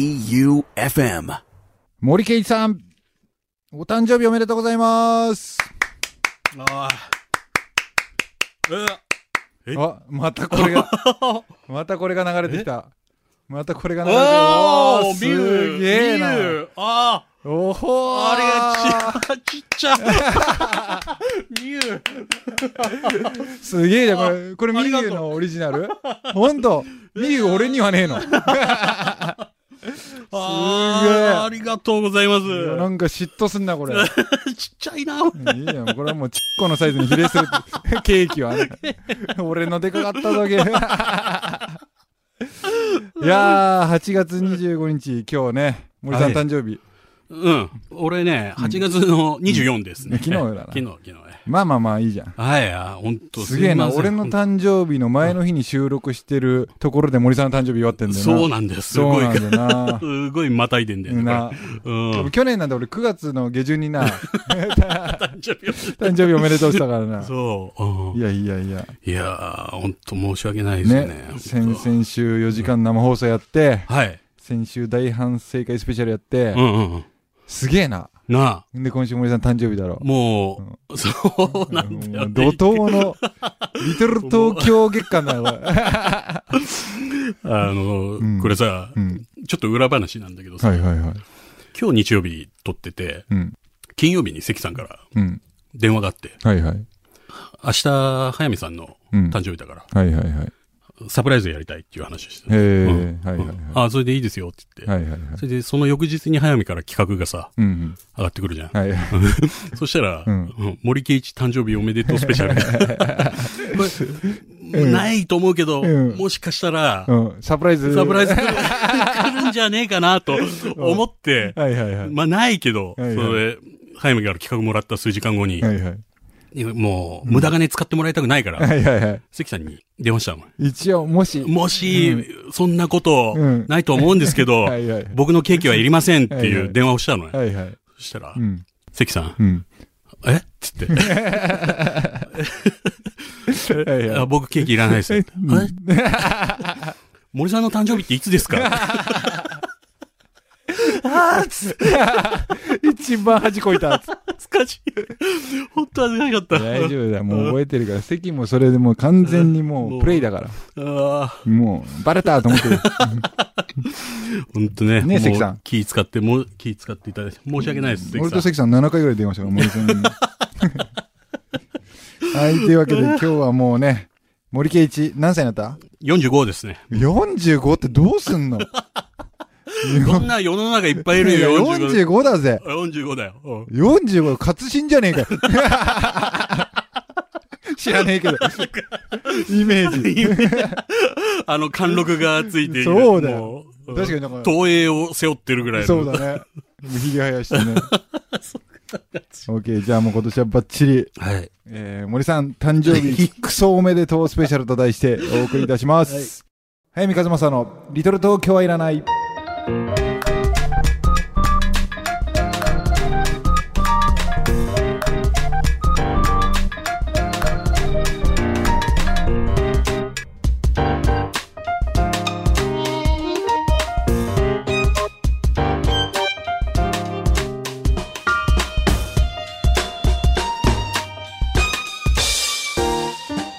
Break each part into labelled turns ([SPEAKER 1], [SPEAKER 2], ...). [SPEAKER 1] J-O-E-U-F-M
[SPEAKER 2] 森圭一さん、お誕生日おめでとうございます。
[SPEAKER 3] ああ。え
[SPEAKER 2] あ、またこ れが、またこれが流れてきた。またこれが
[SPEAKER 3] え
[SPEAKER 2] 流れてきた。
[SPEAKER 3] お
[SPEAKER 2] お
[SPEAKER 3] ー
[SPEAKER 2] ー
[SPEAKER 3] ビー
[SPEAKER 2] す
[SPEAKER 3] ル
[SPEAKER 2] げえ
[SPEAKER 3] ビー
[SPEAKER 2] な。
[SPEAKER 3] ルあ
[SPEAKER 2] おほー
[SPEAKER 3] ああれがちちっちゃ ビール
[SPEAKER 2] すげえじゃん、これ。これミ
[SPEAKER 3] ありが
[SPEAKER 2] ユ
[SPEAKER 3] とう
[SPEAKER 2] ーのオリジナルほんと。ミユー俺にはねえの。
[SPEAKER 3] あ
[SPEAKER 2] すげえ
[SPEAKER 3] ーありがとうございます
[SPEAKER 2] いやなんか嫉妬すんな、これ。
[SPEAKER 3] ちっちゃいな。
[SPEAKER 2] いいじゃん。これはもうちっこのサイズに比例するって。 ケーキはね。俺のでかかっただけ。い やー、8月25日、今日ね、森さん
[SPEAKER 3] はい
[SPEAKER 2] 誕生日。
[SPEAKER 3] うん。俺ね、8月の24ですね。
[SPEAKER 2] うん昨日だな
[SPEAKER 3] 昨日、昨日ね。
[SPEAKER 2] まあまあまあいいじゃん。
[SPEAKER 3] はい、あほんと
[SPEAKER 2] すげえな。
[SPEAKER 3] いません
[SPEAKER 2] 俺の誕生日の前の日に収録してるところで森さんの誕生日祝ってんだよな。
[SPEAKER 3] そうなんです。すごい、。
[SPEAKER 2] そうなんだよな
[SPEAKER 3] すごいまたいでんだよね。
[SPEAKER 2] な
[SPEAKER 3] これ うん。
[SPEAKER 2] 去年なんて俺9月の下旬にな、
[SPEAKER 3] 誕生日を
[SPEAKER 2] 誕生日おめでとうしたから な。
[SPEAKER 3] そう。うん
[SPEAKER 2] いやいやいや。
[SPEAKER 3] いやー、ほんと申し訳ないですね。
[SPEAKER 2] ね
[SPEAKER 3] ほん。と
[SPEAKER 2] 先々週4時間生放送やって、
[SPEAKER 3] はい。
[SPEAKER 2] 先週大反省会スペシャルやって
[SPEAKER 3] う、んうんうん。
[SPEAKER 2] すげえな。
[SPEAKER 3] なあ、
[SPEAKER 2] で、今週森さん誕生日だろ。
[SPEAKER 3] もう、そうなんだよ、
[SPEAKER 2] もう
[SPEAKER 3] ね。
[SPEAKER 2] 怒涛の、リトル東京月間だ よ、これ
[SPEAKER 3] あの、
[SPEAKER 2] ん
[SPEAKER 3] これさ、
[SPEAKER 2] うん。
[SPEAKER 3] ちょっと裏話なんだけどさ、
[SPEAKER 2] はいはいはい。
[SPEAKER 3] 今日日曜日撮ってて、
[SPEAKER 2] うん。
[SPEAKER 3] 金曜日に関さんから
[SPEAKER 2] うん。
[SPEAKER 3] 電話があって、
[SPEAKER 2] はいはい。
[SPEAKER 3] 明日、早見さんの
[SPEAKER 2] うん。
[SPEAKER 3] 誕生日だから、
[SPEAKER 2] はいはいはい。
[SPEAKER 3] サプライズやりたいっていう話をして
[SPEAKER 2] へ
[SPEAKER 3] た、
[SPEAKER 2] え、はいはい
[SPEAKER 3] うん
[SPEAKER 2] は
[SPEAKER 3] あそれでいいですよって言
[SPEAKER 2] い。
[SPEAKER 3] って、
[SPEAKER 2] はいはいはい。
[SPEAKER 3] それでその翌日に早見から企画がさ、
[SPEAKER 2] うんうん。
[SPEAKER 3] 上がってくるじゃん。
[SPEAKER 2] はい はい。
[SPEAKER 3] そしたら、
[SPEAKER 2] うん
[SPEAKER 3] うん森圭一誕生日おめでとうスペシャ ル。これないと思うけど、
[SPEAKER 2] うん
[SPEAKER 3] もしかしたら、
[SPEAKER 2] うん。サプライズ。
[SPEAKER 3] サプライズ来る来るんじゃねえかなと思って、
[SPEAKER 2] はいはいはい。
[SPEAKER 3] まあないけど、
[SPEAKER 2] はいはい
[SPEAKER 3] それ、早見から企画もらった数時間後に、
[SPEAKER 2] はいはい。
[SPEAKER 3] もう無駄金使ってもらいたくないから、
[SPEAKER 2] はいはいはい。
[SPEAKER 3] 関さんに電話したの。
[SPEAKER 2] 一応、もし、
[SPEAKER 3] もし、そんなこと
[SPEAKER 2] うん
[SPEAKER 3] ないと思うんですけど、
[SPEAKER 2] はいはい。
[SPEAKER 3] 僕のケーキはいりませんって
[SPEAKER 2] はい
[SPEAKER 3] い
[SPEAKER 2] はいう
[SPEAKER 3] 電話をしたのね。
[SPEAKER 2] はいはい。
[SPEAKER 3] そしたら
[SPEAKER 2] う、ん。
[SPEAKER 3] 関さん、
[SPEAKER 2] うん。
[SPEAKER 3] えっつって。
[SPEAKER 2] はい
[SPEAKER 3] あ
[SPEAKER 2] は
[SPEAKER 3] 僕ケーキいらない です。え
[SPEAKER 2] ん
[SPEAKER 3] 森さんの誕生日っていつです か
[SPEAKER 2] い。 一番恥こいた。
[SPEAKER 3] 懐かしい。本当恥ずかしかった。
[SPEAKER 2] 大丈夫だよ。もう覚えてるから、 関もそれでもう完全にも
[SPEAKER 3] も
[SPEAKER 2] う
[SPEAKER 3] う
[SPEAKER 2] プレイだから。
[SPEAKER 3] あ
[SPEAKER 2] もう、バレたと思って る。
[SPEAKER 3] あ、本当ね。
[SPEAKER 2] ね
[SPEAKER 3] もう
[SPEAKER 2] 関さん
[SPEAKER 3] 気使って、もう気使っていただいて。申し訳ないです、関
[SPEAKER 2] 俺
[SPEAKER 3] さ
[SPEAKER 2] と
[SPEAKER 3] ん。
[SPEAKER 2] 関さん7回ぐらい電話したから、森さん に。はい、というわけで今日はもうね、森圭一、何歳になった
[SPEAKER 3] 45ですね。
[SPEAKER 2] ?45 ってどうすんの
[SPEAKER 3] こんな世の中いっぱいいるよ、45。
[SPEAKER 2] ?45 だぜ。
[SPEAKER 3] 45だよ。うん
[SPEAKER 2] 45、活死んじゃねえかよ。 知らねえけど。イメージ。
[SPEAKER 3] あの、貫禄がついている。
[SPEAKER 2] そうだよ
[SPEAKER 3] もう。
[SPEAKER 2] 確かになんか
[SPEAKER 3] 東映を背負ってるぐらいの。
[SPEAKER 2] そうだね。ひげ生やしてね。オッケー、じゃあもう今年はバッチリ、
[SPEAKER 3] はい。
[SPEAKER 2] えー、森さん誕生日、クソおめでとうスペシャルと題してお送りいたします。早見和正のリトル東京はいらない。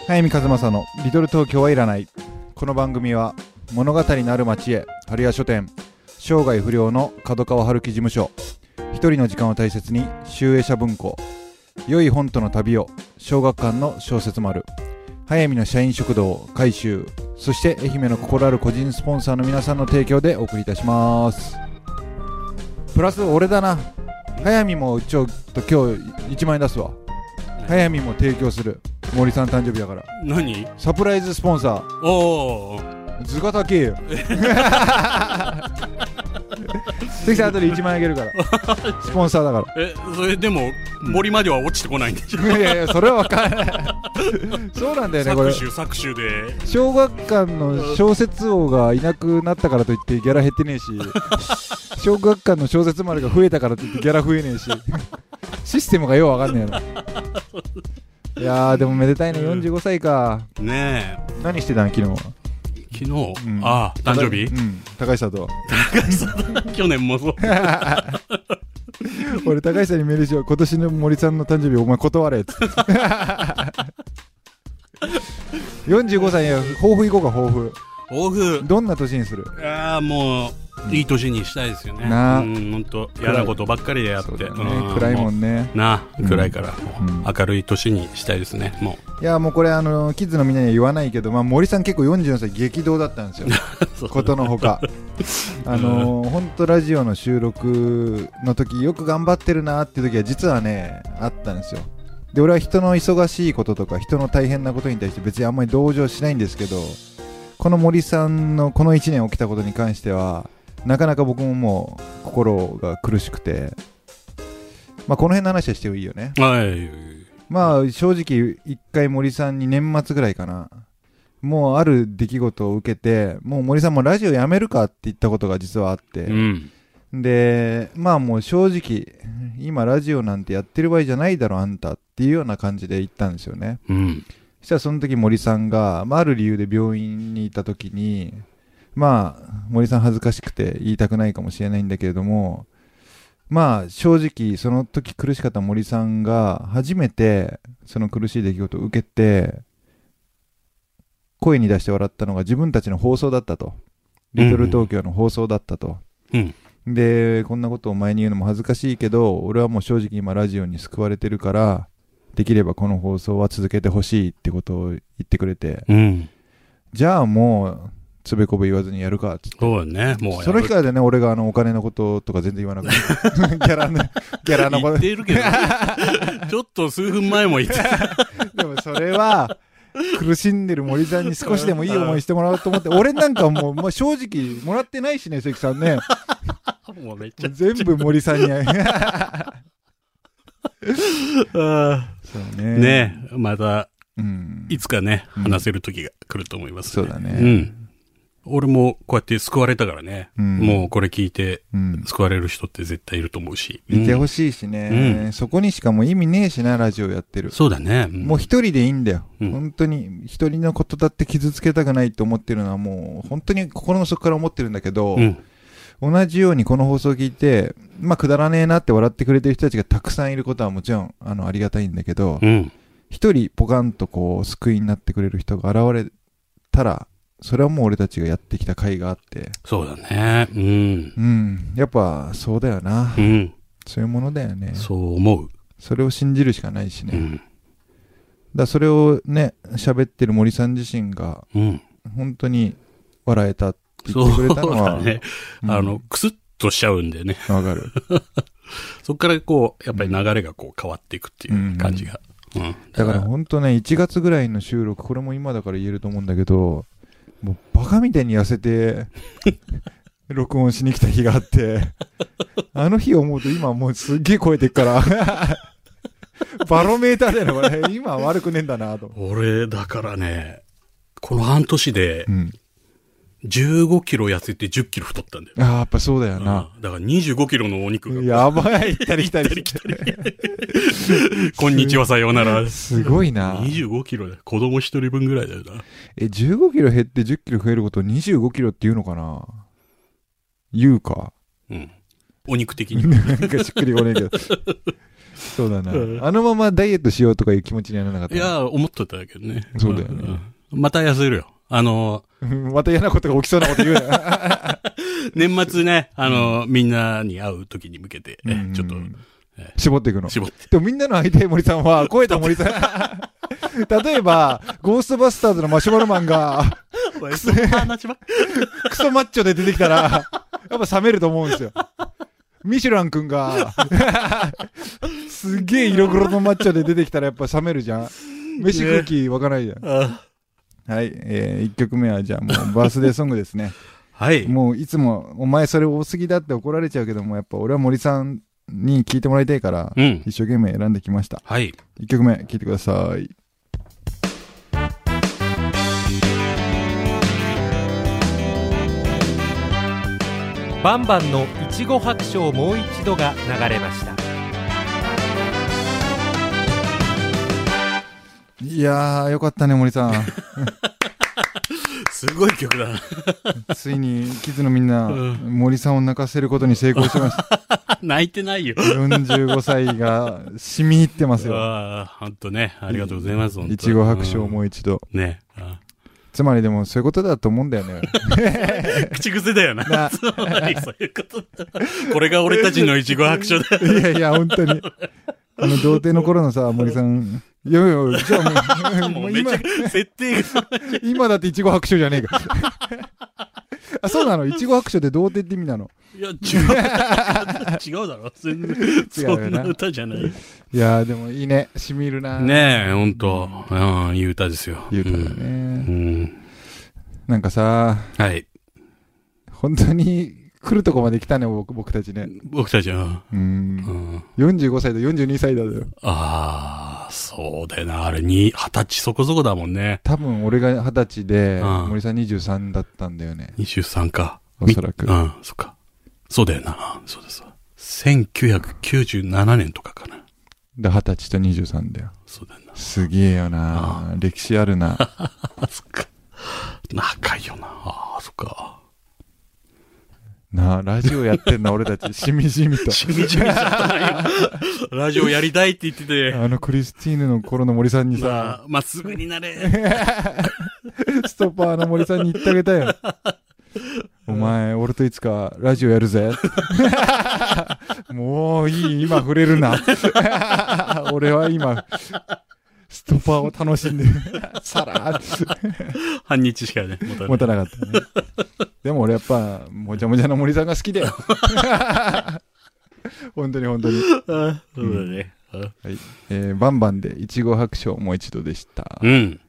[SPEAKER 2] 早見和正の「リトル東京はいらない」この番組は物語のある街へ春屋書店生涯不良の角川春樹事務所一人の時間を大切に集英社文庫良い本との旅を小学館の小説丸早見の社員食堂改修そして愛媛の心ある個人スポンサーの皆さんの提供でお送りいたしますプラス俺だな早見もちょっと今日1万円出すわ早見も提供する森さん誕生日だから
[SPEAKER 3] 何
[SPEAKER 2] サプライズスポンサ
[SPEAKER 3] おー。
[SPEAKER 2] ー図が高えよ関さん後で1万円あげるからスポンサーだか
[SPEAKER 3] え、それでも、森までは落ちてこないんでしょ
[SPEAKER 2] らいやいやそれは分からないそうなんだよねこれ
[SPEAKER 3] 搾取、搾取で。
[SPEAKER 2] 小学館の小説王がいなくなったからといってギャラ減ってねえし小学館の小説丸が増えたからといってギャラ増えねえしシステムがようわかんねえないやーでもめでたいね45歳か
[SPEAKER 3] ね
[SPEAKER 2] 何してたの昨日は
[SPEAKER 3] え。昨昨日、
[SPEAKER 2] うん
[SPEAKER 3] ああ、誕生日
[SPEAKER 2] うん、高橋さんと。
[SPEAKER 3] 去年も そう。
[SPEAKER 2] 俺、高橋さんにメールしよう。今年の森さんの誕生日、お前断れっ つって。45歳や、抱負いこうか、抱負。
[SPEAKER 3] 抱負、
[SPEAKER 2] どんな年にする
[SPEAKER 3] ああ、もう、いい年にしたいですよね。
[SPEAKER 2] なあ
[SPEAKER 3] うん、本当嫌なことばっかりでやって。
[SPEAKER 2] そうだよ
[SPEAKER 3] う
[SPEAKER 2] ね、暗いも
[SPEAKER 3] うん
[SPEAKER 2] ね。
[SPEAKER 3] なあ、
[SPEAKER 2] うん
[SPEAKER 3] 暗いから、
[SPEAKER 2] うん
[SPEAKER 3] 明るい年にしたいですね。も
[SPEAKER 2] いやもうこれあのキッズのみんなには言わないけど、まあ、森さん結構44歳激動だったんですよ
[SPEAKER 3] そう
[SPEAKER 2] ことのほか あの本当ラジオの収録の時よく頑張ってるなっていう時は実はねあったんですよで俺は人の忙しいこととか人の大変なことに対して別にあんまり同情しないんですけどこの森さんのこの1年起きたことに関してはなかなか僕ももう心が苦しくて、まあ、この辺の話はしてもいいよね
[SPEAKER 3] う、はい。
[SPEAKER 2] まあ正直一回森さんに年末ぐらいかなもうある出来事を受けてもう森さんもラジオやめるかって言ったことが実はあって
[SPEAKER 3] う、ん。
[SPEAKER 2] でまあもう正直今ラジオなんてやってる場合じゃないだろあんたっていうような感じで言ったんですよね
[SPEAKER 3] うん。
[SPEAKER 2] そしたらその時森さんが、まあ、ある理由で病院にいた時にまあ森さん恥ずかしくて言いたくないかもしれないんだけれどもまあ正直その時苦しかった森さんが初めてその苦しい出来事を受けて声に出して笑ったのが自分たちの放送だったと。リトル東京の放送だったと。
[SPEAKER 3] うん。
[SPEAKER 2] で、こんなことを前に言うのも恥ずかしいけど、俺はもう正直今ラジオに救われてるから、できればこの放送は続けてほしいってことを言ってくれて、
[SPEAKER 3] うん。
[SPEAKER 2] じゃあもう、つべこべ言わずにやるかっつって。
[SPEAKER 3] そうだね。もうやる、
[SPEAKER 2] その日からでね、俺があのお金のこととか全然言わなく なったギャラの、ギャラのこ
[SPEAKER 3] 言
[SPEAKER 2] と
[SPEAKER 3] っ。てるけど、 ちょっと数分前も言ってた。
[SPEAKER 2] でもそれは、苦しんでる森さんに少しでもいい思いしてもらおうと思って、俺なんかもう、まあ、正直、もらってないしね、関さんね。
[SPEAKER 3] もうめっちゃ。
[SPEAKER 2] 全部森さ んに。そうね。
[SPEAKER 3] ねえまた、
[SPEAKER 2] うん。
[SPEAKER 3] いつかね、
[SPEAKER 2] うん
[SPEAKER 3] 話せる時が来ると思います、
[SPEAKER 2] そうだね。
[SPEAKER 3] うん。俺もこうやって救われたからね。
[SPEAKER 2] うん
[SPEAKER 3] もうこれ聞いて
[SPEAKER 2] うん。
[SPEAKER 3] 救われる人って絶対いると思うし。
[SPEAKER 2] いてほ
[SPEAKER 3] し
[SPEAKER 2] しいしね、
[SPEAKER 3] うん
[SPEAKER 2] そこにしかもう意味ねえしな、ラジオやってる。
[SPEAKER 3] そうだね。ん
[SPEAKER 2] もう一人でいいんだよ。
[SPEAKER 3] うん
[SPEAKER 2] 本当に、一人のことだって傷つけたくないと思ってるのはもう、本当に心の底から思ってるんだけど、
[SPEAKER 3] うん。
[SPEAKER 2] 同じようにこの放送を聞いて、まあ、くだらねえなって笑ってくれてる人たちがたくさんいることはもちろん、あの、ありがたいんだけど、
[SPEAKER 3] うん。
[SPEAKER 2] 一人ポカンとこう、救いになってくれる人が現れたら、それはもう俺たちがやってきた甲斐があって、
[SPEAKER 3] そうだね。うん。
[SPEAKER 2] うん、やっぱ、そうだよな。
[SPEAKER 3] うん。
[SPEAKER 2] そういうものだよね。
[SPEAKER 3] そう思う。
[SPEAKER 2] それを信じるしかないしね。
[SPEAKER 3] う
[SPEAKER 2] だか
[SPEAKER 3] ん。
[SPEAKER 2] らそれをね、喋ってる森さん自身が、
[SPEAKER 3] うん。
[SPEAKER 2] 本当に笑えたって言
[SPEAKER 3] そ
[SPEAKER 2] ってく
[SPEAKER 3] う
[SPEAKER 2] れたのは、
[SPEAKER 3] だね。
[SPEAKER 2] うん
[SPEAKER 3] あの、、くすっとしちゃうんだよね。
[SPEAKER 2] わか る。
[SPEAKER 3] そっからこう、やっぱり流れがこう変わっていくっていう感じが。うん。
[SPEAKER 2] だから本当ね、1月ぐらいの収録、これも今だから言えると思うんだけど、もうバカみたいに痩せ て、録音しに来た日があって、あの日思うと今もうすっげえ超えてっから、 バロメーターだよね、これ。今は悪くねえんだなと思
[SPEAKER 3] 俺、だからね、この半年で
[SPEAKER 2] う。うん。
[SPEAKER 3] 15キロ痩せて10キロ太ったんだよ。
[SPEAKER 2] ああ、やっぱそうだよな。
[SPEAKER 3] うんだから25キロのお肉が、
[SPEAKER 2] やばい、行ったり来たりして。
[SPEAKER 3] こんにちはさようなら。
[SPEAKER 2] すごいな。
[SPEAKER 3] 25キロだよ。子供一人分ぐらいだよな。
[SPEAKER 2] え、15キロ減って10キロ増えることを25キロって言うのかな言うか。
[SPEAKER 3] うん。お肉的に。
[SPEAKER 2] なんかしっくりこ ねえけど。そうだな。
[SPEAKER 3] うん
[SPEAKER 2] あのままダイエットしようとかいう気持ちにはならなか
[SPEAKER 3] い
[SPEAKER 2] っ
[SPEAKER 3] や、思ってたけどね。
[SPEAKER 2] そうだよね
[SPEAKER 3] うん。また痩せるよ。あの、
[SPEAKER 2] た。うんまた嫌なことが起きそうなこと言 うな。
[SPEAKER 3] 年末ね、あの、みんなに会う時に向けて、
[SPEAKER 2] う
[SPEAKER 3] ね
[SPEAKER 2] ん
[SPEAKER 3] ちょっとえ
[SPEAKER 2] 絞っていくの。
[SPEAKER 3] 絞って。
[SPEAKER 2] でもみんなの相手森さ んは、超えた森さん。例えば、ゴーストバスターズのマシュマロマンが、
[SPEAKER 3] そんな話ばっか
[SPEAKER 2] クソマッチョで出てきた ら、やっぱ冷めると思うんですよ。ミシュラン君が、すげえ色黒のマッチョで出てきたらやっぱ冷めるじゃん。飯食う気湧かないじゃん。
[SPEAKER 3] あ
[SPEAKER 2] はい、えー、1曲目はじゃあもうバースデーソングですね。
[SPEAKER 3] はい。
[SPEAKER 2] もういつも、お前それ多すぎだって怒られちゃうけども、やっぱ俺は森さんに聞いてもらいたいから、
[SPEAKER 3] うん。
[SPEAKER 2] 一生懸命選んできました。
[SPEAKER 3] はい。
[SPEAKER 2] 1曲目、聴いてください。
[SPEAKER 1] バンバンのいちご白書をもう一度が流れました
[SPEAKER 2] いやー、よかったね、森さん。
[SPEAKER 3] すごい曲だな。
[SPEAKER 2] ついにキズのみんな、
[SPEAKER 3] うん
[SPEAKER 2] 森さんを泣かせることに成功しました。
[SPEAKER 3] 泣いてないよ。
[SPEAKER 2] 45歳が染み入ってますよ。
[SPEAKER 3] ああ、ほんとね。ありがとうございます。ほんと
[SPEAKER 2] いちご白書をもう一度。
[SPEAKER 3] うんね。あ
[SPEAKER 2] つまりでもそういうことだと思うんだよね。
[SPEAKER 3] ー口癖だよな。
[SPEAKER 2] な
[SPEAKER 3] つまり そういうことだ。これが俺たちのいちご白書 だ。
[SPEAKER 2] いやいや、本当に。あの、童貞の頃のさ、森さん。いやいや、じゃあもう
[SPEAKER 3] もう
[SPEAKER 2] もう
[SPEAKER 3] めち
[SPEAKER 2] 今
[SPEAKER 3] ゃ、設定が。
[SPEAKER 2] 今だっていちご白書じゃねえか。あ、そうなのいちご白書って童貞って意味なの。
[SPEAKER 3] いや、違う。違うだろ。全然。
[SPEAKER 2] 違うよ
[SPEAKER 3] そ
[SPEAKER 2] なん
[SPEAKER 3] な歌じゃない。
[SPEAKER 2] いやー、でもいいね。しみるな。。
[SPEAKER 3] ねえ、ほんと。うん、いい歌ですよ。
[SPEAKER 2] 言うたら
[SPEAKER 3] うんう。
[SPEAKER 2] ね
[SPEAKER 3] ん。
[SPEAKER 2] なんかさ、
[SPEAKER 3] はい。
[SPEAKER 2] 本当に来るとこまで来たね、僕僕たちね。
[SPEAKER 3] 僕たちは、う
[SPEAKER 2] う。
[SPEAKER 3] んん。
[SPEAKER 2] 45歳と42歳だよ。
[SPEAKER 3] ああ、そうだよな。あれ、に、二十歳そこそこだもんね。
[SPEAKER 2] 多分俺が二十歳で、
[SPEAKER 3] うん
[SPEAKER 2] 森さん23だったんだよね。
[SPEAKER 3] 23か。
[SPEAKER 2] おそらく
[SPEAKER 3] う。ん、そっか。そうだよな。うんそうですわ。1997年とかかな。
[SPEAKER 2] で、二十歳と23だよ。
[SPEAKER 3] そうだよな。
[SPEAKER 2] すげえよな歴史あるな
[SPEAKER 3] あ、そっか。仲いいよな。ああ、そっ か。
[SPEAKER 2] なあラジオやってんな、俺た ち。しみじみと。
[SPEAKER 3] しみじみしちゃったな、今。 ラジオやりたいって言ってて。
[SPEAKER 2] あのクリスティーヌの頃の森さんに
[SPEAKER 3] ま
[SPEAKER 2] さ、
[SPEAKER 3] あ、まっすぐになれ。
[SPEAKER 2] ストッパーの森さんに言ってあげた よ。お前、俺といつかラジオや るぜ。もういい、今触れる な。俺は今、ストッパーを楽しんで、 さら ーっ
[SPEAKER 3] 半日しかね、持た
[SPEAKER 2] と
[SPEAKER 3] な
[SPEAKER 2] 持
[SPEAKER 3] い。
[SPEAKER 2] たなかったね。でも俺やっぱ、もじゃもじゃの森さんが好き だよ。本当に本当に。
[SPEAKER 3] あーそうだね。あ
[SPEAKER 2] はい、えー、バンバンでいちご白書をもう一度でした。
[SPEAKER 3] うん。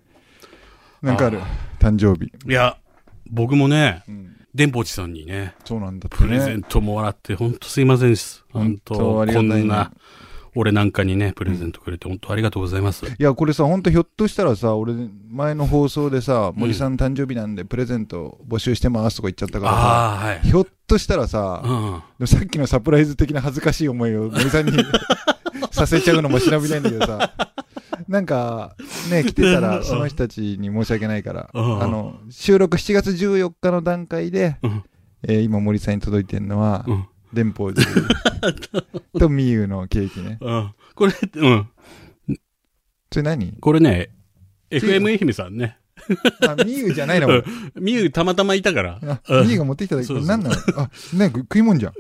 [SPEAKER 2] なんかある
[SPEAKER 3] あ
[SPEAKER 2] 誕生日。
[SPEAKER 3] いや、僕もね、
[SPEAKER 2] うん、
[SPEAKER 3] 電報地さんにね、
[SPEAKER 2] そうなんだって
[SPEAKER 3] プ
[SPEAKER 2] ね。
[SPEAKER 3] レゼントもらって、ほんとすいませんです。ほんと、
[SPEAKER 2] 本当ありが
[SPEAKER 3] こ
[SPEAKER 2] たいね
[SPEAKER 3] んな、俺なんかにね、プレゼントくれて、ほんとありがとうございます。
[SPEAKER 2] いや、これさ、ほんとひょっとしたらさ、俺、前の放送でさ、森さん誕生日なんでプレゼント募集してますとか言っちゃったからさ、
[SPEAKER 3] ああ、はい。
[SPEAKER 2] ひょっとしたらさ、
[SPEAKER 3] うん。
[SPEAKER 2] でもさっきのサプライズ的な恥ずかしい思いを森さんにさせちゃうのも忍びないんだけどさ、なんか、ね、来てたら、その人たちに申し訳ないから、あ
[SPEAKER 3] うん
[SPEAKER 2] の、収録7月14日の段階で、
[SPEAKER 3] うん
[SPEAKER 2] えー今森さんに届いてるのは、
[SPEAKER 3] うん。
[SPEAKER 2] 電報寺とみゆのケーキね。
[SPEAKER 3] うん。これ、うん。
[SPEAKER 2] それ何
[SPEAKER 3] これね、
[SPEAKER 2] チー
[SPEAKER 3] FM 愛媛さんね。
[SPEAKER 2] あ、みゆじゃないのこれ
[SPEAKER 3] みゆたまたまいたから。
[SPEAKER 2] あ、みゆが持ってきただけ。
[SPEAKER 3] そうそう
[SPEAKER 2] 何なのあ、ね、ぐ食い物じゃん。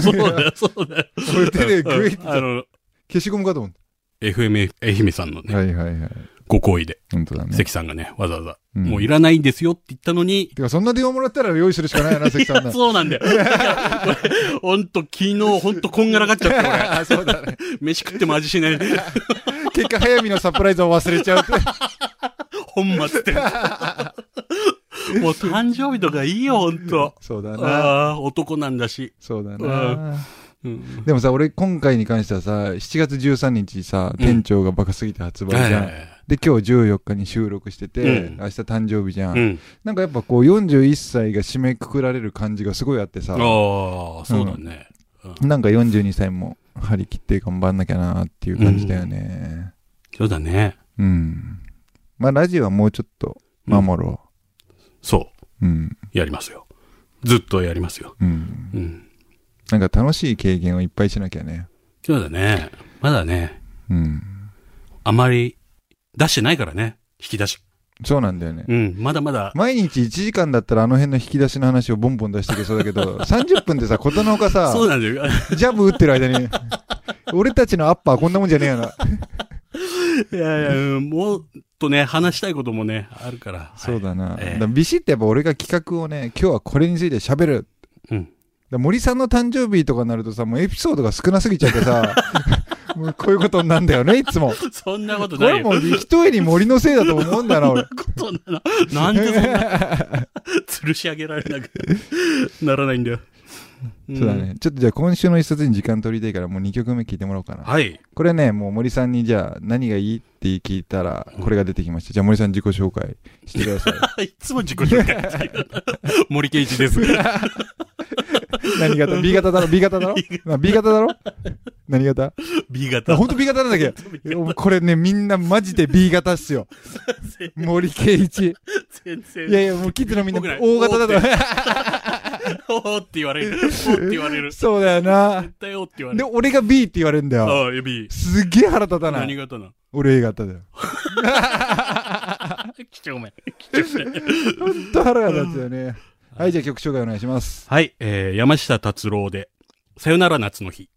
[SPEAKER 3] そうだ よ、そうだよ。
[SPEAKER 2] これ手でグイって
[SPEAKER 3] うんあの、
[SPEAKER 2] 消しゴムかと思っ
[SPEAKER 3] FM 愛媛さんの
[SPEAKER 2] た。
[SPEAKER 3] ね、
[SPEAKER 2] はいはいはい。
[SPEAKER 3] ご好意で、
[SPEAKER 2] 本当だね。
[SPEAKER 3] 関さんがね、わざわざ、
[SPEAKER 2] うん
[SPEAKER 3] もういらないんですよって言ったのに、
[SPEAKER 2] てか、そんな電話もらったら用意するしかないよな、関さん
[SPEAKER 3] いや
[SPEAKER 2] な。
[SPEAKER 3] そうなんだよ。いや 俺ほんと、昨日、ほんとこんがらがっちゃって、俺。
[SPEAKER 2] あそうだね。
[SPEAKER 3] 飯食っても味しない。
[SPEAKER 2] 結果、早見のサプライズを忘れ ちゃうって。
[SPEAKER 3] 本末って。 もう誕生日とかいいよ、ほんと。
[SPEAKER 2] そうだな。
[SPEAKER 3] ああ、男なんだし。
[SPEAKER 2] そうだな。
[SPEAKER 3] うん。
[SPEAKER 2] でもさ、俺、今回に関してはさ、7月13日さ、店長がバカすぎて発売
[SPEAKER 3] はい
[SPEAKER 2] じ
[SPEAKER 3] は
[SPEAKER 2] ゃ
[SPEAKER 3] い
[SPEAKER 2] ん
[SPEAKER 3] は。
[SPEAKER 2] で、今日14日に収録してて、
[SPEAKER 3] うん
[SPEAKER 2] 明日誕生日じゃ
[SPEAKER 3] い。うん。
[SPEAKER 2] なんかやっぱこう41歳が締めくくられる感じがすごいあってさ、
[SPEAKER 3] ああ、そうだね。
[SPEAKER 2] なんか42歳も張り切って頑張んなきゃなっていう感じだよね。
[SPEAKER 3] そうだね。
[SPEAKER 2] うん。まあラジオはもうちょっと守ろ。
[SPEAKER 3] そう
[SPEAKER 2] うん。
[SPEAKER 3] う。やりますよ。ずっとやりますよ。
[SPEAKER 2] うん。
[SPEAKER 3] うん。
[SPEAKER 2] なんか楽しい経験をいっぱいしなきゃね。
[SPEAKER 3] そうだね。まだね、
[SPEAKER 2] うん。
[SPEAKER 3] あまり出してないからね。引き出し。
[SPEAKER 2] そうなんだよね。
[SPEAKER 3] うん。まだまだ。
[SPEAKER 2] 毎日1時間だったらあの辺の引き出しの話をボンボン出していけそうだ けど、30分でさ、ことのほかさ、
[SPEAKER 3] そうなんだよ。
[SPEAKER 2] ジャブ打ってる間に、俺たちのアッパーこんなもんじゃねえよな。
[SPEAKER 3] いやいや、うんもっとね、話したいこともね、あるから。はい
[SPEAKER 2] そうだな。
[SPEAKER 3] ええ
[SPEAKER 2] だからビシッてやっぱ俺が企画をね、今日はこれについて喋る。
[SPEAKER 3] うん
[SPEAKER 2] だから森さんの誕生日とかになるとさ、もうエピソードが少なすぎちゃっ てさ、もうこういうことになんだよね、いつも。
[SPEAKER 3] そんなこと
[SPEAKER 2] こ
[SPEAKER 3] ない
[SPEAKER 2] れ
[SPEAKER 3] よ。
[SPEAKER 2] もう一重に森のせいだと思うんだな、俺。
[SPEAKER 3] そんなのなんでそんな、 吊るし上げられなく ならないんだよ。ん
[SPEAKER 2] そうだ。ね。ちょっとじゃあ今週の一冊に時間取りたいから、もう2曲目聞いてもらおうかな。
[SPEAKER 3] はい。
[SPEAKER 2] これね、もう森さんにじゃあ何がいいって聞いたら、これが出てきました。じゃあ森さん自己紹介してくだ さい。
[SPEAKER 3] いつも自己紹介してる森圭一 です。
[SPEAKER 2] 何型 ?B 型だろ ?B 型だろまあ ?B 型だろ何 型
[SPEAKER 3] B 型。
[SPEAKER 2] 本当 B 型なんだけど。これね、みんなマジで B 型っすよ。森圭一。
[SPEAKER 3] 先生
[SPEAKER 2] いやいや、もうキッズのみんな
[SPEAKER 3] 僕ら
[SPEAKER 2] 大型だと。
[SPEAKER 3] おーって言われる。おーって言われる。絶
[SPEAKER 2] そうだよな。
[SPEAKER 3] 対おーって言われ
[SPEAKER 2] で、
[SPEAKER 3] る。
[SPEAKER 2] 俺が B って言われるんだよ。
[SPEAKER 3] ああ、エビ。
[SPEAKER 2] すげえ腹立たな
[SPEAKER 3] 何
[SPEAKER 2] い。
[SPEAKER 3] 型なの
[SPEAKER 2] 俺 A 型だよ。
[SPEAKER 3] 貴重め。貴重め。
[SPEAKER 2] ほんと腹が立つよね。はい、じゃあ曲紹介お願いしま す。
[SPEAKER 3] はい、えー、山下達郎で、さよなら夏の日。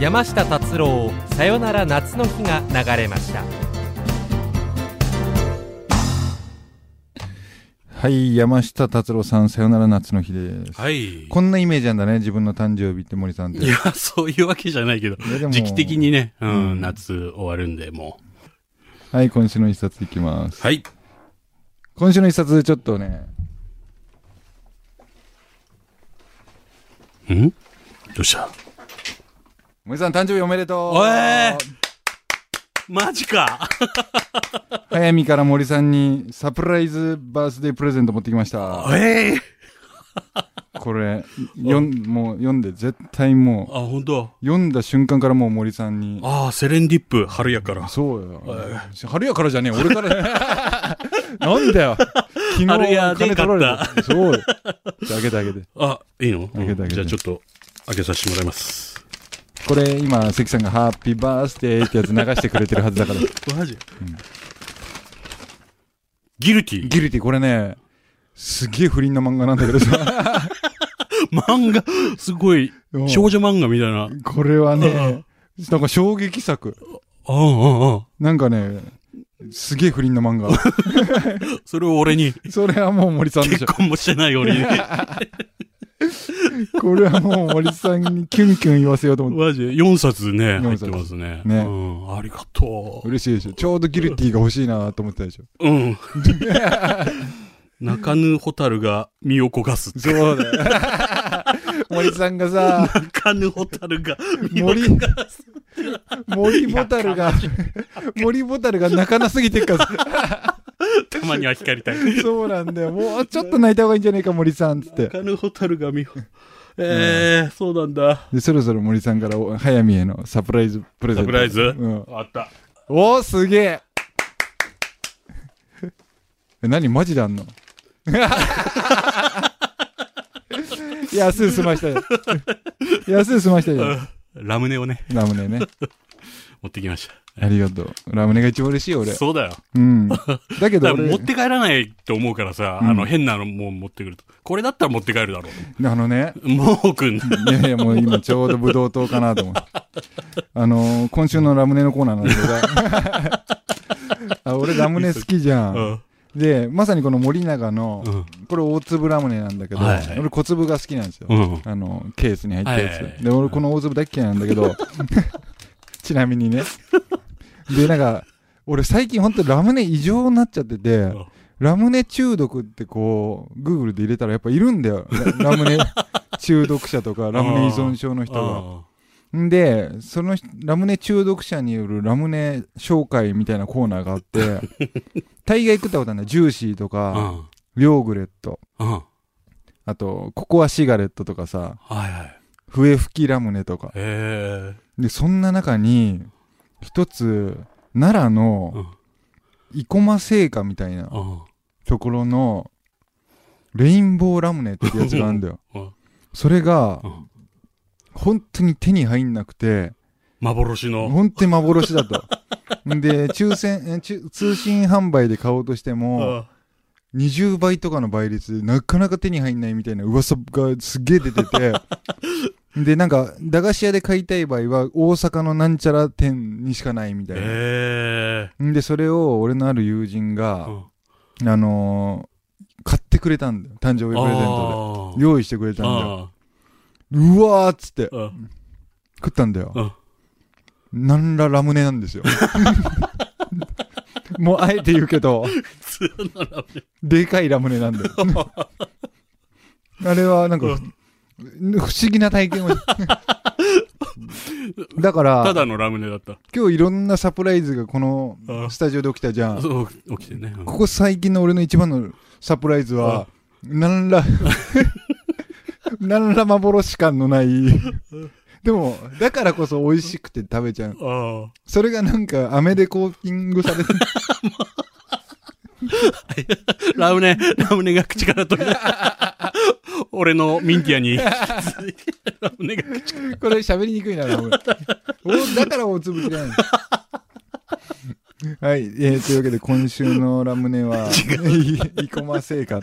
[SPEAKER 1] 山下達郎「さよなら夏の日」が流れました
[SPEAKER 2] はい、山下達郎さん、さよなら夏の日です。
[SPEAKER 3] はい。
[SPEAKER 2] こんなイメージなんだね、自分の誕生日って森さんって。
[SPEAKER 3] いや、そういうわけじゃないけど、
[SPEAKER 2] いやでも
[SPEAKER 3] 時期的にね、う
[SPEAKER 2] うん
[SPEAKER 3] ん、夏終わるんで、も
[SPEAKER 2] はい、今週の一冊いきます
[SPEAKER 3] う。。はい。
[SPEAKER 2] 今週の一冊、ちょっとね、
[SPEAKER 3] んどうした
[SPEAKER 2] 森さん誕生日おめでとう
[SPEAKER 3] おえマジか
[SPEAKER 2] 早見から森さんにサプライズバースデープレゼント持ってきました。
[SPEAKER 3] ええ
[SPEAKER 2] これ、よん、もう読んで、絶対も
[SPEAKER 3] あ、本当。
[SPEAKER 2] う、読んだ瞬間からもう森さんに。
[SPEAKER 3] ああ、セレンディップ、春やから。
[SPEAKER 2] そうよ。春やからじゃねえ、俺から。 なんだよ。昨日
[SPEAKER 3] 春屋で
[SPEAKER 2] 金
[SPEAKER 3] 買った
[SPEAKER 2] 取られた。そうよ。じゃあ、あげてあげて。
[SPEAKER 3] あ、いいの
[SPEAKER 2] 開けて開けて
[SPEAKER 3] じゃあちょっと、開けさせてもらいます。
[SPEAKER 2] これ、今、関さんがハッピーバースデーってやつ流してくれてるはずだから。
[SPEAKER 3] マジ、ギルティ
[SPEAKER 2] ギルティ、これね、すげえ不倫な漫画なんだけ どさ。
[SPEAKER 3] 漫画、すごい、
[SPEAKER 2] うん
[SPEAKER 3] 少女漫画みたいな。うん
[SPEAKER 2] これはね、なんか衝撃作。
[SPEAKER 3] うんうん。
[SPEAKER 2] なんかね、すげえ不倫な漫画。
[SPEAKER 3] それを俺に、
[SPEAKER 2] それはもう森さんでし
[SPEAKER 3] 結
[SPEAKER 2] ょ。
[SPEAKER 3] 婚もしてない 俺に。
[SPEAKER 2] これはもう森さんにキュンキュン言わせようと思って。
[SPEAKER 3] マジ4冊ね、入
[SPEAKER 2] 四
[SPEAKER 3] っ
[SPEAKER 2] 冊
[SPEAKER 3] てますね。
[SPEAKER 2] ね
[SPEAKER 3] うん、ありがとう。
[SPEAKER 2] 嬉しいでしょ。ちょうどギルティが欲しいなと思ってたでしょ。
[SPEAKER 3] うん。泣かぬ蛍が身を焦がす。
[SPEAKER 2] そうだよ。森さんがさ、
[SPEAKER 3] 泣かぬ蛍が身を
[SPEAKER 2] 森
[SPEAKER 3] 焦がす。
[SPEAKER 2] 森ボタルが、森ボタルが泣かなすぎてっからさ、
[SPEAKER 3] たまには光りたい。
[SPEAKER 2] そうなんだよ。もうちょっと泣いた方がいいんじゃねえか、森さん、つって
[SPEAKER 3] 泣。かぬ蛍が 身を。ええ、そうなんだ。
[SPEAKER 2] で、そろそろ森さんからお早見へのサプライズプレゼン
[SPEAKER 3] サ
[SPEAKER 2] ト。
[SPEAKER 3] プライズ
[SPEAKER 2] うん。
[SPEAKER 3] あった。
[SPEAKER 2] おー、すげえ え、何マジであ んのいや、すぐ済ましたよ。いや、すぐ済ましたよ。
[SPEAKER 3] ラムネをね、
[SPEAKER 2] ラムネね。
[SPEAKER 3] 持ってきました。
[SPEAKER 2] ありがとう。ラムネが一番嬉しいよ、俺。
[SPEAKER 3] そうだよ。
[SPEAKER 2] うん。だ
[SPEAKER 3] だ
[SPEAKER 2] けど
[SPEAKER 3] から
[SPEAKER 2] 俺、
[SPEAKER 3] 持って帰らないと思うからさ、あの変なのもん持ってくると。これだったら持って帰るだろ
[SPEAKER 2] あのね、
[SPEAKER 3] う。もうくん。
[SPEAKER 2] いやいや、もう今ちょうどブドウ糖かなと思って。あのー、今週のラムネのコーナーなんだけ どあ、俺ラムネ好きじゃ。
[SPEAKER 3] うんん。
[SPEAKER 2] で、まさにこの森永の、
[SPEAKER 3] うん。
[SPEAKER 2] これ大粒ラムネなんだけど、
[SPEAKER 3] はいはい
[SPEAKER 2] 俺小粒が好きなんですよ。
[SPEAKER 3] うん。
[SPEAKER 2] あの、ケースに入ったやつ。
[SPEAKER 3] はいはいはい
[SPEAKER 2] で、俺この大粒大っ嫌いなんだけど、 ちなみにね。で、なんか、俺最近ほんとラムネ異常になっちゃってて
[SPEAKER 3] ん、
[SPEAKER 2] ラムネ中毒ってこう、Google で入れたらやっぱいるんだよ。ララ ムネ中毒者とか、ラムネ依存症の人が。
[SPEAKER 3] あ
[SPEAKER 2] んで、その人ラムネ中毒者によるラムネ紹介みたいなコーナーがあ って、大概食ったことあるんだよ。ジューシーと
[SPEAKER 3] あ。う
[SPEAKER 2] か、
[SPEAKER 3] ん。
[SPEAKER 2] リョーグレット。
[SPEAKER 3] うん。は
[SPEAKER 2] あと、ココアシガレットとかさ、
[SPEAKER 3] いはい。
[SPEAKER 2] 笛吹きラムネとか。
[SPEAKER 3] え
[SPEAKER 2] で、そんな中に、一つ、奈良
[SPEAKER 3] う
[SPEAKER 2] の
[SPEAKER 3] ん、
[SPEAKER 2] 生駒製菓みたいな
[SPEAKER 3] えうん。
[SPEAKER 2] ところの、レインボーラムネってやつがあるんだよ
[SPEAKER 3] うん。
[SPEAKER 2] それが
[SPEAKER 3] うん、
[SPEAKER 2] 本当に手に入んなくて、
[SPEAKER 3] 幻の。
[SPEAKER 2] 本当に幻だと。で、抽選、え中通信販売で買おうとして
[SPEAKER 3] う
[SPEAKER 2] も、
[SPEAKER 3] ん
[SPEAKER 2] 20倍とかの倍率でなかなか手に入んないみたいな噂がすげえ出て てでなんか駄菓子屋で買いたい場合は大阪のなんちゃら店にしかないみたいな、
[SPEAKER 3] え
[SPEAKER 2] んでそれを俺のある友人
[SPEAKER 3] え。
[SPEAKER 2] が、あのー買ってくれたんだよ誕生日プレゼントで用意してくれたんだよ
[SPEAKER 3] あ
[SPEAKER 2] うわーっつって
[SPEAKER 3] あ。
[SPEAKER 2] 食ったんだよ、
[SPEAKER 3] うん
[SPEAKER 2] なんらラムネな んですよもうあえて言うけど
[SPEAKER 3] 普通のラム
[SPEAKER 2] でかいラムネなんだよ。あれはなんか、
[SPEAKER 3] うん
[SPEAKER 2] 不思議な体験 を。だから、
[SPEAKER 3] ただのラムネだった。
[SPEAKER 2] 今日いろんなサプライズがこの
[SPEAKER 3] うん
[SPEAKER 2] スタジオで起きたじゃん。
[SPEAKER 3] そう、起きてね。うん
[SPEAKER 2] ここ最近の俺の一番のサプライズは、なん ら、なんら幻感のない。でも、だからこそ美味しくて食べちゃう。
[SPEAKER 3] あ
[SPEAKER 2] それがなんか、飴でコーティングされて、
[SPEAKER 3] あ。ラムネ、ラムネが口から飛び出した。 俺のミンティア に、ラムネが口か
[SPEAKER 2] これ喋りにくいな、ラムネおだから大粒じゃ ない。はい、えー、というわけで今週のラムネは、いいこま製菓。
[SPEAKER 3] ら、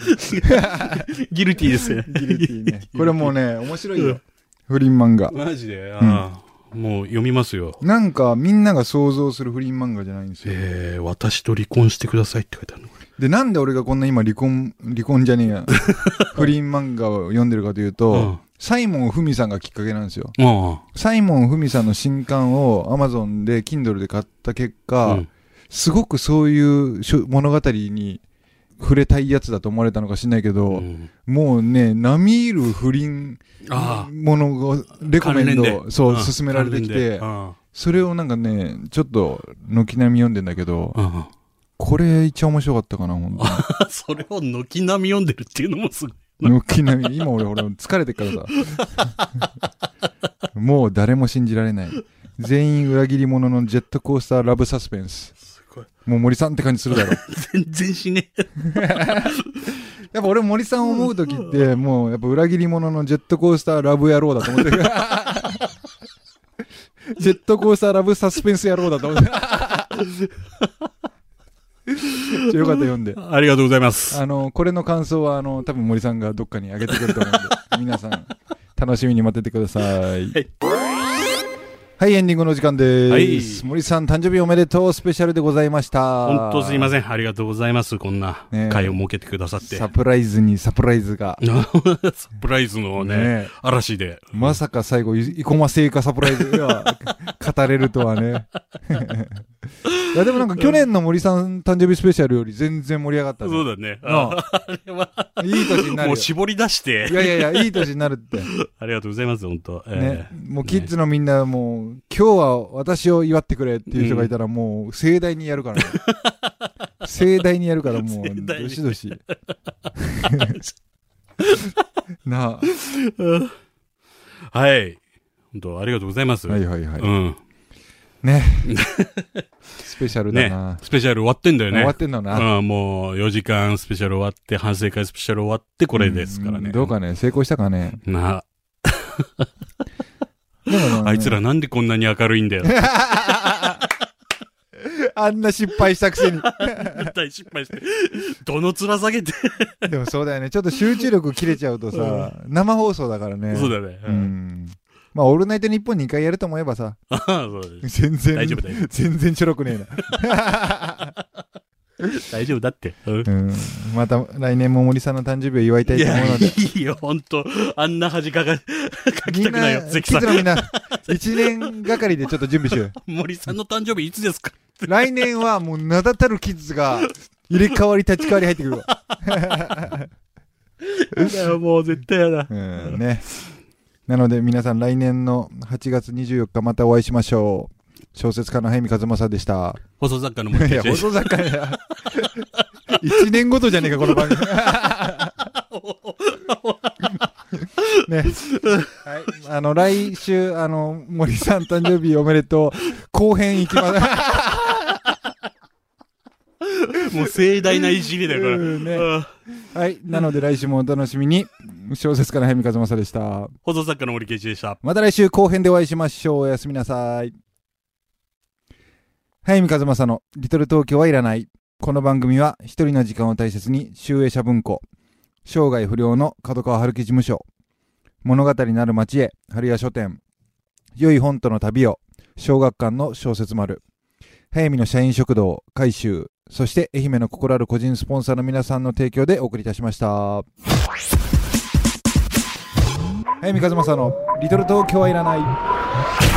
[SPEAKER 3] ギルティーですね。
[SPEAKER 2] ギルティね。これもうね、面白いよ。不倫漫画。
[SPEAKER 3] マジで、ああもう読みますよ。
[SPEAKER 2] なんか、みんなが想像する不倫漫画じゃないんですよ。
[SPEAKER 3] えー、私と離婚してくださいって書いてあるの。
[SPEAKER 2] で、なんで俺がこんな今離婚、離婚じゃねえ や。不倫漫画を読んでるかというと、
[SPEAKER 3] うん
[SPEAKER 2] サイモン・フミさんがきっかけなんですよ。
[SPEAKER 3] あ
[SPEAKER 2] サイモン・フミさんの新刊を Amazon で Kindle で買った結
[SPEAKER 3] あ。
[SPEAKER 2] 果、
[SPEAKER 3] うん
[SPEAKER 2] すごくそういうしょ物語に触れたいやつだと思われたのか知んないけど、
[SPEAKER 3] うん
[SPEAKER 2] もうね、並みいる不倫
[SPEAKER 3] ああ。
[SPEAKER 2] ものをレコメン
[SPEAKER 3] 関連
[SPEAKER 2] ド、
[SPEAKER 3] で
[SPEAKER 2] そう、
[SPEAKER 3] ああ
[SPEAKER 2] 勧められてき
[SPEAKER 3] 関連
[SPEAKER 2] て
[SPEAKER 3] で、あ
[SPEAKER 2] それをなんかね、ちょっと軒並み読んでんだけど
[SPEAKER 3] あ、あ
[SPEAKER 2] これ一番面白かったかな、本当に
[SPEAKER 3] あ それを軒並み読んでるっていうのもすごい。
[SPEAKER 2] 軒並み、今俺、俺、疲れてっからさ。 もう誰も信じられない。全員裏切り者のジェットコースターラブサスペンス。
[SPEAKER 3] すごい。
[SPEAKER 2] もう森さんって感じするだろ。
[SPEAKER 3] 全然しねえ。
[SPEAKER 2] やっぱ俺森さんを思う時って、もうやっぱ裏切り者のジェットコースターラブ野郎だと思ってる。 ジェットコースターラブサスペンス野郎だと思ってる。 よかった読んで。
[SPEAKER 3] ありがとうございます。
[SPEAKER 2] あの、これの感想は、あの、多分森さんがどっかにあげてくると思うんで、皆さん、楽しみに待っててください。はいい、エンディングの時間です。
[SPEAKER 3] はい
[SPEAKER 2] 森さん、誕生日おめでとうスペシャルでございました。
[SPEAKER 3] 本当すいま
[SPEAKER 2] ん。
[SPEAKER 3] せん。ありがとうございます。こんな
[SPEAKER 2] ねえ
[SPEAKER 3] 会を設けてくださって。
[SPEAKER 2] サプライズにサプライズが。
[SPEAKER 3] サプライズのね、
[SPEAKER 2] ね
[SPEAKER 3] 嵐で。
[SPEAKER 2] まさか最後、い生駒製菓サプライズ が語れるとはね。 いや、でもなんか去年の森さん誕生日スペシャルより全然盛り上がったね
[SPEAKER 3] そうだね。
[SPEAKER 2] な
[SPEAKER 3] ああれは、
[SPEAKER 2] いい年にな る
[SPEAKER 3] も
[SPEAKER 2] よ
[SPEAKER 3] う。絞り出して
[SPEAKER 2] い。やいやいや、いい年になるって。
[SPEAKER 3] ありがとうございます、本当。え
[SPEAKER 2] ね、もうキッズのみんなもう、今日は私を祝ってくれっていう人がいたらもう盛大にや るから、ね、盛大にやるからもう
[SPEAKER 3] 盛大に
[SPEAKER 2] どしどし な
[SPEAKER 3] えはい。本当、ありがとうございます。
[SPEAKER 2] あはいはいはい、
[SPEAKER 3] うん。
[SPEAKER 2] ねスペシャルだ
[SPEAKER 3] ね
[SPEAKER 2] な、
[SPEAKER 3] スペシャル終わってんだよ
[SPEAKER 2] 終わ
[SPEAKER 3] ね
[SPEAKER 2] っ。てんだな、
[SPEAKER 3] うん、もう4時間スペシャル終わって、反省会スペシャル終わって、これですから
[SPEAKER 2] う
[SPEAKER 3] ね。
[SPEAKER 2] んどうかね成功したかね
[SPEAKER 3] な
[SPEAKER 2] でも
[SPEAKER 3] あ、
[SPEAKER 2] ね
[SPEAKER 3] あいつらなんでこんなに明るいんだよ。
[SPEAKER 2] あんな失敗したくせに
[SPEAKER 3] 大失敗して。どの面下げて。
[SPEAKER 2] でもそうだよねちょっと集中力切れちゃうとさ、生放送だからね
[SPEAKER 3] そうだね。う
[SPEAKER 2] うんんまあ、オールナイト日本2回やると思えばさ、
[SPEAKER 3] ああ、 そうだね。
[SPEAKER 2] 全然、
[SPEAKER 3] 大丈夫だよ。
[SPEAKER 2] 全然ちょろくね えな。
[SPEAKER 3] 大丈夫だって。うん
[SPEAKER 2] うん、また来年も森さんの誕生日を祝いた
[SPEAKER 3] い
[SPEAKER 2] いと思う
[SPEAKER 3] や、
[SPEAKER 2] の
[SPEAKER 3] い
[SPEAKER 2] で、
[SPEAKER 3] いよ、ほんと。あんな恥かか、書き
[SPEAKER 2] み
[SPEAKER 3] た
[SPEAKER 2] ん
[SPEAKER 3] くないよ
[SPEAKER 2] な、、
[SPEAKER 3] 関
[SPEAKER 2] キ
[SPEAKER 3] さ
[SPEAKER 2] ッズの
[SPEAKER 3] ん。
[SPEAKER 2] みんな、1年がかりでちょっと準備しよう。
[SPEAKER 3] 森さんの誕生日いつですか
[SPEAKER 2] 来年はもう名だたるキッズが入れ替わり立ち替わり入ってくるわ。
[SPEAKER 3] もう絶対やだ。
[SPEAKER 2] うん、ね。なので皆さん来年の8月24日またお会いしましょう。小説家の早見和正でした。
[SPEAKER 3] 放送作家の森
[SPEAKER 2] い
[SPEAKER 3] 田
[SPEAKER 2] や、放
[SPEAKER 3] です。
[SPEAKER 2] 送作家や。 一年ごとじゃねえか、この番 組。ね。はい。あの、来週、あの、森さん誕生日おめでとう。後編行きます。
[SPEAKER 3] もう盛大ないじりだよ、こ
[SPEAKER 2] うん
[SPEAKER 3] れ。う
[SPEAKER 2] ね
[SPEAKER 3] ん
[SPEAKER 2] はい。なので来週もお楽しみに。小説家の早見和正でした。
[SPEAKER 3] 放送作家の森圭一でした。
[SPEAKER 2] また来週後編でお会いしましょう。おやすみなさい。早見和正のリトル東京はいらない。この番組は一人の時間を大切に集英社文庫、生涯不良の角川春樹事務所、物語なる街へ、春屋書店、良い本との旅を、小学館の小説丸、早見の社員食堂、改修、そして愛媛の心ある個人スポンサーの皆さんの提供でお送りいたしました。早見和正のリトル東京はいらない。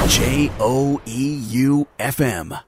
[SPEAKER 4] J O E U F M.